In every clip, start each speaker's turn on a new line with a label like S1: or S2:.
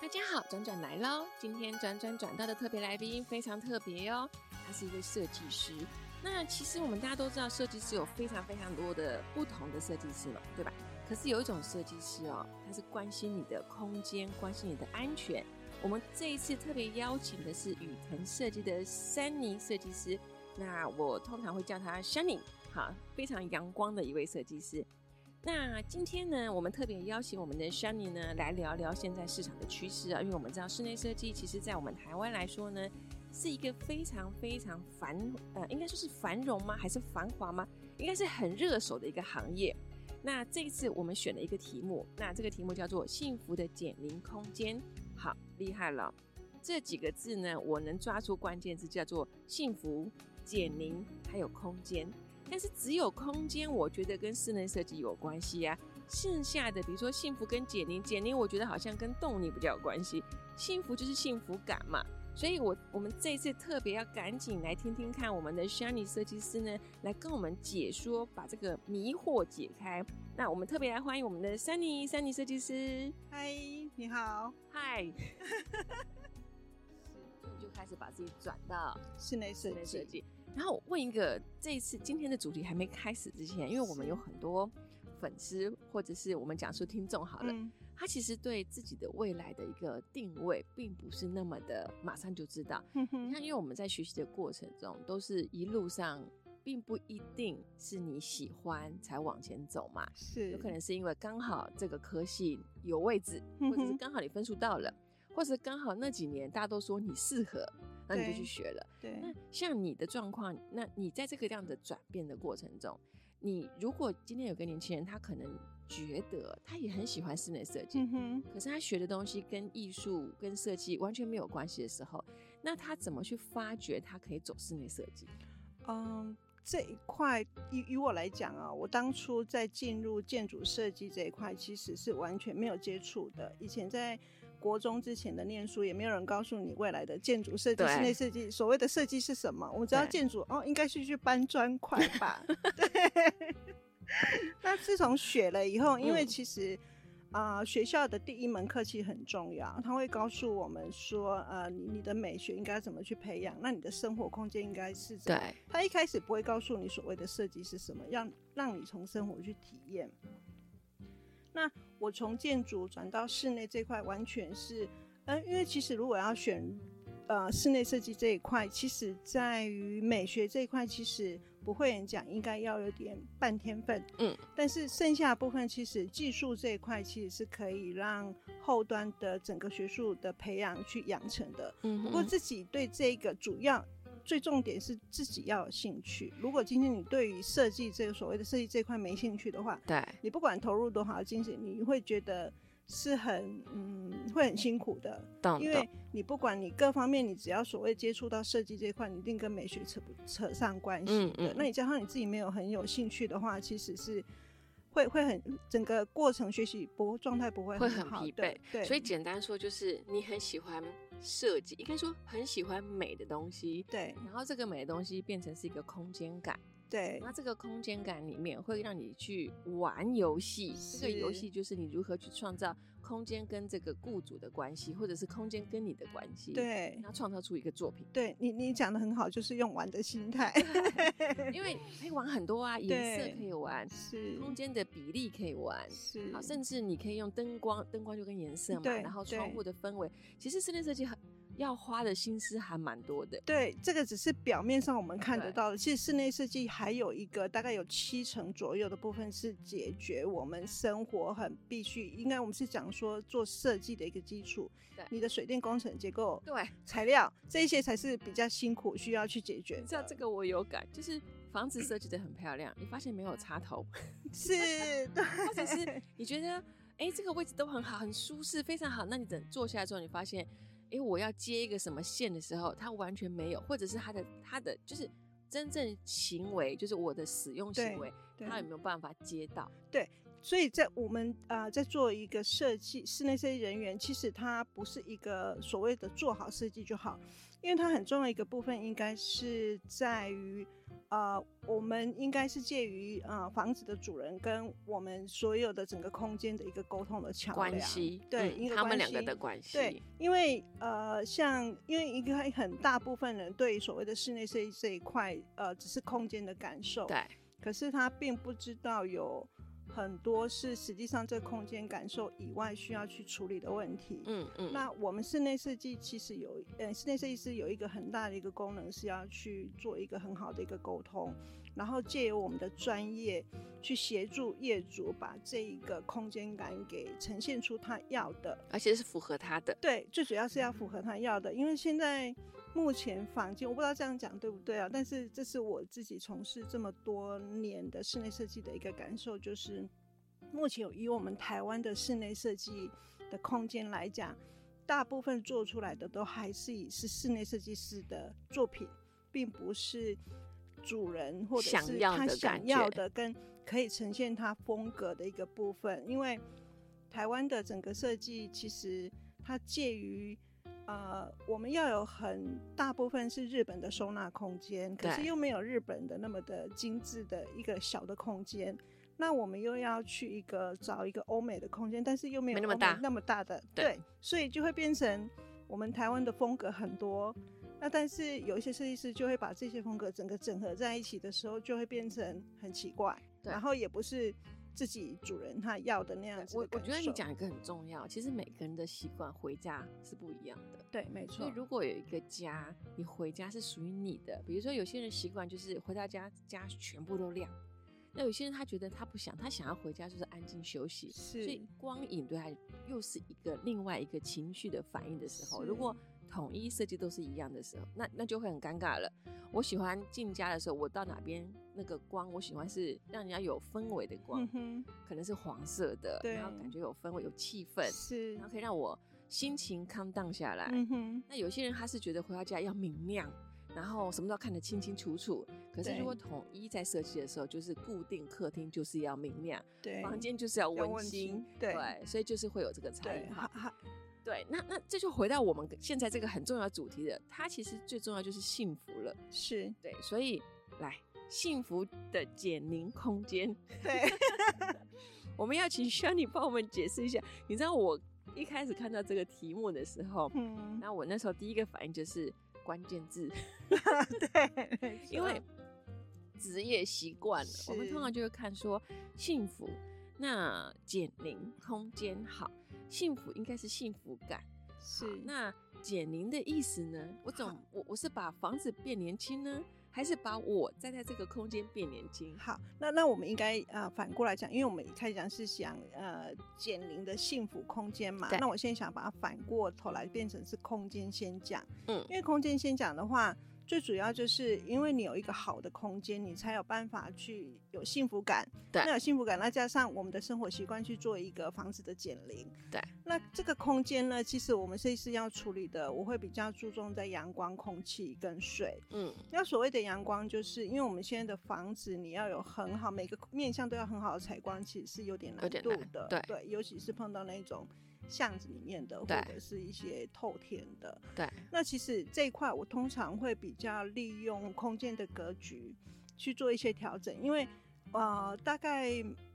S1: 大家好，转转来喽！今天转转转到的特别来宾非常特别哦，他是一位设计师。那其实我们大家都知道，设计师有非常非常多的不同的设计师嘛，对吧？可是有一种设计师哦，他是关心你的空间，关心你的安全。我们这一次特别邀请的是雨腾设计的珊妮设计师，那我通常会叫他 Sunny，好，非常阳光的一位设计师。那今天呢，我们特别邀请我们的 Shani 呢来聊聊现在市场的趋势啊，因为我们知道室内设计其实在我们台湾来说呢，是一个非常非常繁呃，应该说是繁荣吗？还是繁华吗？应该是很热手的一个行业。那这一次我们选了一个题目，那这个题目叫做“幸福的减龄空间”，好厉害了！这几个字呢，我能抓住关键字叫做幸福、减龄，还有空间。但是只有空间，我觉得跟室内设计有关系啊。剩下的，比如说幸福跟减龄，减龄我觉得好像跟动力比较有关系。幸福就是幸福感嘛，所以我我们这一次特别要赶紧来听听看我们的 Shani 设计师呢，来跟我们解说，把这个迷惑解开。那我们特别来欢迎我们的 Sunny Sunny 设计师，
S2: 嗨，你好，
S1: 嗨，你就开始把自己转到
S2: 室内设
S1: 室内设
S2: 计。
S1: 计。然后我问一个，这一次今天的主题还没开始之前，因为我们有很多粉丝或者是我们讲述听众好了，
S2: 嗯，
S1: 他其实对自己的未来的一个定位，并不是那么的马上就知道。
S2: 哼
S1: 你
S2: 哼
S1: 看，因为我们在学习的过程中，都是一路上，并不一定是你喜欢才往前走嘛，
S2: 是
S1: 有可能是因为刚好这个科系有位置，或者
S2: 嗯
S1: 是
S2: 哼
S1: 刚好你分数到了，或者是刚好那几年大家都说你适合，那你就
S2: 对
S1: 去学了。那
S2: 对，
S1: 像你的状况，那你在这个这样的转变的过程中，你如果今天有个年轻人，他可能觉得他也很喜欢室内设计，
S2: 嗯哼，
S1: 可是他学的东西跟艺术、跟设计完全没有关系的时候，那他怎么去发掘他可以走室内设计？
S2: 嗯，这一块以以我来讲啊，我当初在进入建筑设计这一块，其实是完全没有接触的。以前在国中之前的念书，也没有人告诉你未来的建筑设计、
S1: 对
S2: 室内设计所谓的设计是什么。我知道
S1: 对
S2: 建筑哦，应该是去搬砖块 吧。对。那自从学了以后，因为
S1: 嗯
S2: 其实。啊、学校的第一门课其实很重要，他会告诉我们说，呃，你你的美学应该怎么去培养，那你的生活空间应该是怎么
S1: 对，
S2: 他一开始不会告诉你所谓的设计是什么，让让你从生活去体验。那我从建筑转到室内这块，完全是，呃，因为其实如果要选，呃，室内设计这一块，其实在于美学这一块，其实不会人讲应该要有点半天分，
S1: 嗯，
S2: 但是剩下的部分，其实技术这一块其实是可以让后端的整个学术的培养去养成的，
S1: 嗯
S2: 不过自己对这个主要最重点是自己要有兴趣。如果今天你对于设计这个所谓的设计这一块没兴趣的话，
S1: 对，
S2: 你不管投入多少精神，你会觉得是很嗯会很辛苦的，
S1: 嗯懂
S2: 因为你不管你各方面，你只要所谓接触到设计这一块，你一定跟美学扯不扯上关系。
S1: 嗯嗯
S2: 那你加上你自己没有很有兴趣的话，其实是。会会很整个过程学习不状态不会
S1: 会
S2: 很
S1: 很
S2: 好
S1: 疲
S2: 的
S1: 惫。
S2: 对，
S1: 所以简单说就是你很喜欢设计，应该说很喜欢美的东西。
S2: 对
S1: 然后这个美的东西变成是一个空间感，
S2: 对
S1: 那这个空间感里面会让你去玩游戏，
S2: 是
S1: 这个游戏就是你如何去创造空间跟这个雇主的关系，或者是空间跟你的关系，，
S2: 对，
S1: 然后创造出一个作品
S2: 对你，你讲的很好，就是用玩的心态，
S1: 嗯 因为可以玩很多啊，颜色可以玩，
S2: 是
S1: 空间的比例可以玩。
S2: 是
S1: 好，甚至你可以用灯光，灯光就跟颜色嘛，
S2: 对
S1: 然后
S2: 对
S1: 窗户的氛围，其实室内设计很要花的心思还蛮多的。
S2: 对，这个只是表面上我们看得
S1: 对
S2: 到的，其实室内设计还有一个大概有七成左右的部分是解决我们生活很必须，应该我们是讲说做设计的一个基础
S1: 对，
S2: 你的水电工程结构、
S1: 对，
S2: 材料这一些才是比较辛苦需要去解决的。
S1: 你知道这个我有感，就是房子设计的很漂亮，你发现没有插头，
S2: 是， 对，
S1: 或者是你觉得，哎、这个位置都很好，很舒适，非常好。那你等坐下来之后，你发现，哎、我要接一个什么线的时候，它完全没有，或者是它的它的就是真正行为，就是我的使用行为，
S2: 对
S1: 它有没有办法接到？
S2: 所以在我们啊，在做一个设计，室内设计人员其实他不是一个所谓的做好设计就好，因为它很重要一个部分应该是在于呃，我们应该是介于呃房子的主人跟我们所有的整个空间的一个沟通的桥
S1: 关
S2: 梁。
S1: 系，
S2: 对
S1: 嗯
S2: 一个
S1: 他们
S2: 关
S1: 两个
S2: 系
S1: 的关系，
S2: 对，因为呃，像因为应该很大部分人对于所谓的室内设计这一块，呃，只是空间的感受，
S1: 对，
S2: 可是他并不知道有很多是实际上这空间感受以外需要去处理的问题。
S1: 嗯嗯，
S2: 那我们室内设计其实有，呃，室内设计师有一个很大的一个功能是要去做一个很好的一个沟通，然后借由我们的专业去协助业主把这一个空间感给呈现出他要的。
S1: 而且是符合他的，
S2: 对，最主要是要符合他要的，因为现在目前房间，我不知道这样讲对不对啊，但是这是我自己从事这么多年的室内设计的一个感受，就是目前以我们台湾的室内设计的空间来讲，大部分做出来的都还是以是室内设计师的作品，并不是。主人或者
S1: 想
S2: 是
S1: 要
S2: 他
S1: 的
S2: 想
S1: 感
S2: 要
S1: 觉
S2: 的跟可以呈现他风格的一个部分，因为台湾的整个设计其实它介于呃，我们要有很大部分是日本的收纳空间，可是
S1: 对
S2: 又没有日本的那么的精致的一个小的空间。那我们又要去一个找一个欧美的空间，但是又没有
S1: 没那么
S2: 欧美
S1: 大
S2: 那么大的
S1: 对
S2: 对，所以就会变成我们台湾的风格很多。那但是有一些设计师就会把这些风格整个整合在一起的时候，就会变成很奇怪，
S1: 对
S2: 然后也不是自己主人他要的那样子的
S1: 我我觉得
S2: 感
S1: 你
S2: 受
S1: 讲一个很重要，其实每个人的习惯回家是不一样的。
S2: 对，没
S1: 所
S2: 错
S1: 以，，如果有一个家，你回家是属于你的。比如说，有些人习惯就是回到家，家全部都亮。那有些人他觉得他不想，他想要回家就是安静休息。所
S2: 是
S1: 以光影对他又是一个另外一个情绪的反应的时候，
S2: 是
S1: 如果统一设计都是一样的时候，那那就会很尴尬了。我喜欢进家的时候，我到哪边那个光，我喜欢是让人家有氛围的光，
S2: 嗯哼，
S1: 可能是黄色的，
S2: 对
S1: 然后感觉有氛围、有气氛，
S2: 是
S1: 然后可以让我心情 calm down 下来。
S2: 嗯哼，
S1: 那有些人他是觉得回到家要明亮，然后什么都要看得清清楚楚。可是
S2: 对
S1: 如果统一在设计的时候，就是固定客厅就是要明亮，
S2: 对，
S1: 房间就是要
S2: 要
S1: 温馨。，
S2: 对
S1: 所以就是会有这个差
S2: 对
S1: 异，
S2: 还
S1: 化。
S2: 还
S1: 对，那那这就回到我们现在这个很重要的主题了。它其实最重要就是幸福了。
S2: 是
S1: 对，所以来幸福的解凝空间，
S2: 对
S1: 我们要请 Shani 帮我们解释一下。你知道我一开始看到这个题目的时候，
S2: 嗯，
S1: 那我那时候第一个反应就是关键字，
S2: 对，没
S1: 因为
S2: 错
S1: 职业习惯了，我们
S2: 是
S1: 通常就会看说幸福，那减龄空间好，幸福应该是幸福感。
S2: 是
S1: 那减龄的意思呢？我 总我我是把房子变年轻呢，还是把我站在这个空间变年轻？
S2: 好，那那我们应该呃反过来讲，因为我们一开始讲是想呃减龄的幸福空间嘛
S1: 对，
S2: 那我现在想把它反过头来变成是空间先讲，
S1: 嗯
S2: 因为空间先讲的话，最主要就是因为你有一个好的空间，你才有办法去有幸福感，
S1: 对
S2: 那有幸福感，那加上我们的生活习惯去做一个房子的减龄，
S1: 对，
S2: 那这个空间呢，其实我们设计师要处理的，我会比较注重在阳光、空气跟水，
S1: 嗯，
S2: 那所谓的阳光，就是因为我们现在的房子，你要有很好每个面向都要很好的采光，其实是有点
S1: 有
S2: 难
S1: 点
S2: 度
S1: 难
S2: 的。
S1: 对
S2: 尤其是碰到那种巷子里面的，或
S1: 对
S2: 者是一些透天的。
S1: 对，
S2: 那其实这一块，我通常会比较利用空间的格局去做一些调整，因为呃，大概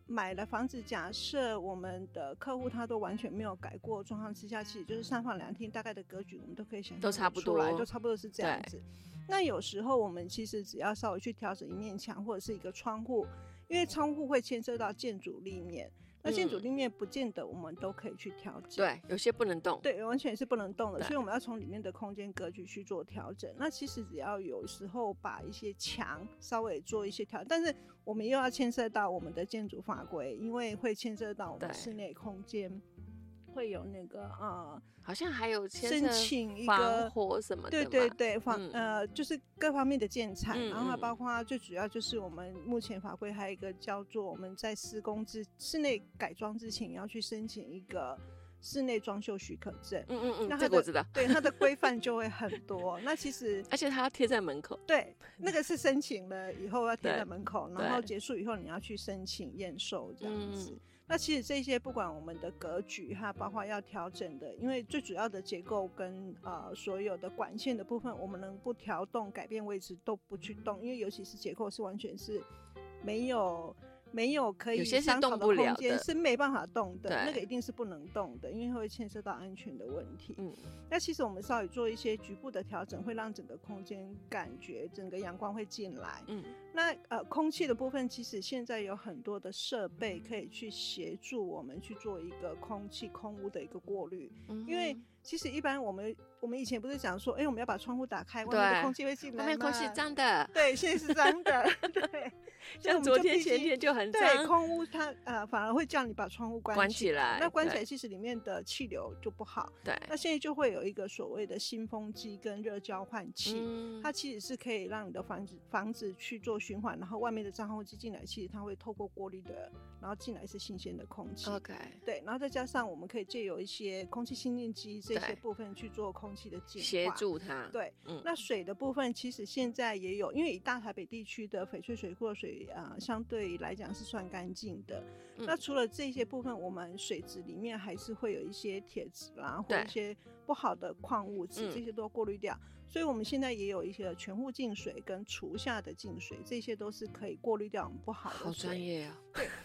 S2: 买了房子，假设我们的客户他都完全没有改过的状况之下，其实就是三房两厅大概的格局，我们都可以想象
S1: 都差
S2: 得
S1: 不
S2: 出来
S1: 多
S2: 都差不多是这样
S1: 对
S2: 子。那有时候我们其实只要稍微去调整一面墙或者是一个窗户，因为窗户会牵涉到建筑立面，那建筑
S1: 嗯
S2: 立面不见得我们都可以去调整。
S1: 对，有些不能动，
S2: 对，完全是不能动的，
S1: 对
S2: 所以我们要从里面的空间格局去做调整。那其实只要有时候把一些墙稍微做一些调，但是我们又要牵涉到我们的建筑法规，因为会牵涉到我
S1: 对
S2: 们室内空间会有那个呃
S1: 好像还有牵
S2: 申
S1: 涉
S2: 请一
S1: 防
S2: 个
S1: 火什么的
S2: 对
S1: 嘛
S2: 对对，房、
S1: 嗯
S2: 呃就是各方面的建材，
S1: 嗯
S2: 然后还
S1: 嗯
S2: 包括最主要就是我们目前法规还有一个叫做我们在施工之室内改装之前要去申请一个室内装修许可证。
S1: 嗯嗯
S2: 那
S1: 嗯，
S2: 它
S1: 这个我
S2: 的
S1: 知道，哎
S2: 对它的 规范就会很多。那其实
S1: 而且它要贴在门口。
S2: 对那个是申请了以后要贴
S1: 对
S2: 在门口，
S1: 对嗯
S2: 然后结束以后你要去申请验收这样子。那其实这些不管我们的格局哈，包括要调整的，因为最主要的结构跟呃所有的管线的部分，我们能不调动、改变位置都不去动，因为尤其是结构是完全是没有没有可以
S1: 有些是
S2: 商讨
S1: 动
S2: 的
S1: 不了
S2: 空间，
S1: 的
S2: 是没办法动的，
S1: 对
S2: 那个一定是不能动的，因为会牵涉到安全的问题。
S1: 嗯，
S2: 那其实我们稍微做一些局部的调整，会让整个空间感觉整个阳光会进来。
S1: 嗯，
S2: 那呃，空气的部分，其实现在有很多的设备可以去协助我们去做一个空气空污的一个过滤，
S1: 嗯
S2: 因为
S1: 哼
S2: 其实一般我们我们以前不是讲说，哎、我们要把窗户打开，外面
S1: 对
S2: 的空气会进来，
S1: 外面空气，脏的，
S2: 对，现在是脏 的，对，所以我
S1: 像
S2: 们
S1: 昨
S2: 就
S1: 天
S2: 必须
S1: 前天就很
S2: 对
S1: 脏，
S2: 空污它呃反而会叫你把窗户关
S1: 关
S2: 起
S1: 起来，
S2: 那关起
S1: 对
S2: 来，其实里面的气流就不好。
S1: 对，
S2: 那现在就会有一个所谓的新风机跟热交换器，
S1: 嗯
S2: 它其实是可以让你的房子房子去做循环，然后外面的脏空气进来，其实它会透过过滤的，然后进来是新鲜的空气。
S1: OK，
S2: 对，然后再加上我们可以借由一些空气清净机这
S1: 对
S2: 些部分去做空气的净化。
S1: 协助他，
S2: 对，
S1: 嗯
S2: 那水的部分其实现在也有，因为以大台北地区的翡翠水库的水啊、呃相对来讲是算干净的。
S1: 嗯
S2: 那除了这些部分，我们水质里面还是会有一些铁质啦，或
S1: 对
S2: 一些不好的矿物质
S1: 嗯，
S2: 这些都要过滤掉。所以我们现在也有一些全户净水跟厨下的净水，这些都是可以过滤掉我们不好的水。
S1: 好专业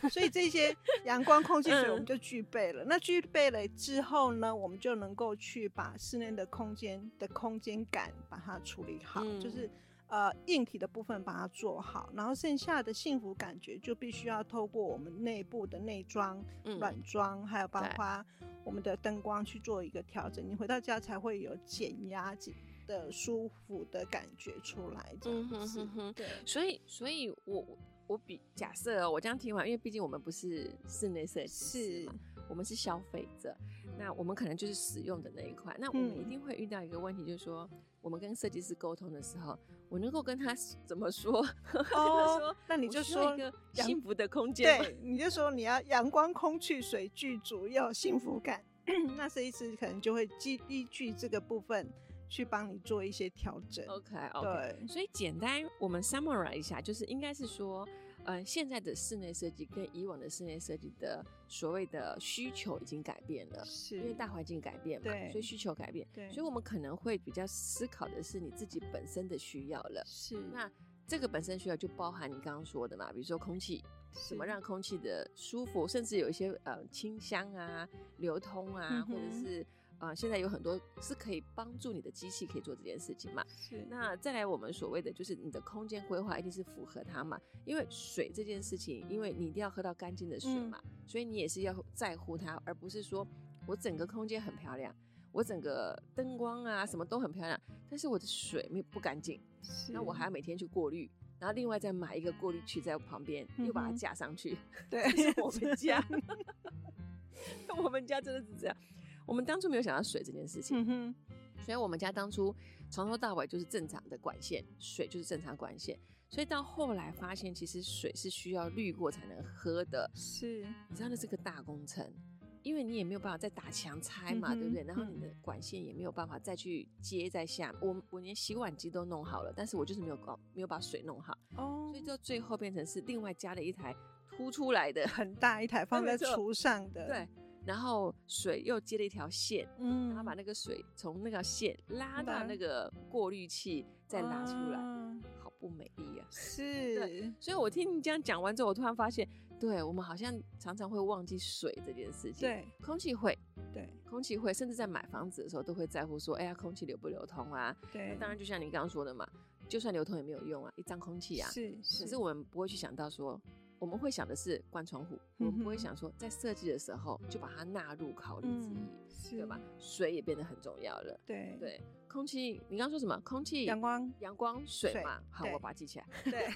S1: 哦，
S2: 所以这些阳光、空气、水
S1: 嗯
S2: 我们就具备了。那具备了之后呢，我们就能够去把室内的空间的空间感把它处理好，
S1: 嗯
S2: 就是呃硬体的部分把它做好，然后剩下的幸福感觉就必须要透过我们内部的内装、
S1: 嗯
S2: 软装，还有包
S1: 对
S2: 括我们的灯光去做一个调整，你回到家才会有减压解的舒服的感觉出来，这
S1: 嗯哼
S2: 样子。
S1: 哼哼
S2: 对，
S1: 所以，所以我我我比假设、哦、我这样听完，因为毕竟我们不是室内设计师
S2: 是
S1: 嘛，我们是消费者，那我们可能就是使用的那一块，那我们
S2: 嗯
S1: 一定会遇到一个问题，就是说，我们跟设计师沟通的时候，我能够跟他 怎么说？跟他说，
S2: 哦那你
S1: 我
S2: 就
S1: 需要
S2: 说
S1: 一个
S2: 阳
S1: 幸福的空间吗。
S2: 对，你就说你要阳光、空气、水具足，要有幸福感。 那设计师可能就会基依据这个部分去帮你做一些调整。
S1: OK 哦 OK，
S2: 对，
S1: 所以简单我们 summarize 一下，就是应该是说。呃，现在的室内设计跟以往的室内设计的所谓的需求已经改变了，
S2: 是，
S1: 因为大环境改变嘛，
S2: 对
S1: 所以需求改变，
S2: 对
S1: 所以我们可能会比较思考的是你自己本身的需要了。
S2: 是
S1: 那这个本身需要就包含你刚刚说的嘛，比如说空气，
S2: 什
S1: 怎么让空气的舒服，甚至有一些呃清香啊、流通啊，
S2: 嗯哼
S1: 或者是呃现在有很多是可以帮助你的机器可以做这件事情嘛。
S2: 是
S1: 那再来，我们所谓的就是你的空间规划一定是符合它嘛，因为水这件事情，因为你一定要喝到干净的水
S2: 嗯
S1: 嘛，所以你也是要在乎它，而不是说我整个空间很漂亮，我整个灯光啊什么都很漂亮，但是我的水没不干净，
S2: 是
S1: 那我还要每天去过滤，然后另外再买一个过滤器在旁边，又把
S2: 嗯
S1: 它
S2: 哼
S1: 架上去。
S2: 对，
S1: 这是我们家 我们家真的是这样，我们当初没有想到水这件事情，
S2: 嗯哼，
S1: 所以我们家当初从头到尾就是正常的管线，水就是正常管线。所以到后来发现，其实水是需要滤过才能喝的。
S2: 是
S1: 你知道那是个大工程，因为你也没有办法再打墙拆嘛，
S2: 嗯哼
S1: 对不对？然后你
S2: 嗯
S1: 的管线也没有办法再去接在下面。我我连洗碗机都弄好了，但是我就是没有搞没有把水弄好，
S2: 哦
S1: 所以到最后变成是另外加了一台凸出来的，
S2: 很大一台放
S1: 没
S2: 在
S1: 错
S2: 厨上的，，
S1: 对，然后水又接了一条线，
S2: 嗯，
S1: 然后把那个水从那条线拉到
S2: 拉
S1: 那个过滤器，再拉出来，
S2: 啊
S1: 好不美丽啊！
S2: 是，
S1: 所以我听你这样讲完之后，我突然发现，对我们好像常常会忘记水这件事情。，
S2: 对
S1: 空气会，
S2: 对
S1: 空气会，甚至在买房子的时候都会在乎说，哎呀，空气流不流通啊？那
S2: 对，
S1: 当然，就像你刚刚说的嘛，就算流通也没有用啊，一张空气啊。
S2: 是
S1: 可
S2: 是
S1: 是我们不会去想到说，我们会想的是关窗户，我
S2: 嗯哼
S1: 们不会想说在设计的时候就把它纳入考虑之一，
S2: 嗯是
S1: 对吧？？水也变得很重要了。
S2: 对，
S1: 对，空气，你刚刚说什么？空气、
S2: 阳光
S1: 阳光、水
S2: 水
S1: 嘛。好，
S2: 对
S1: 我把它记起来。
S2: 对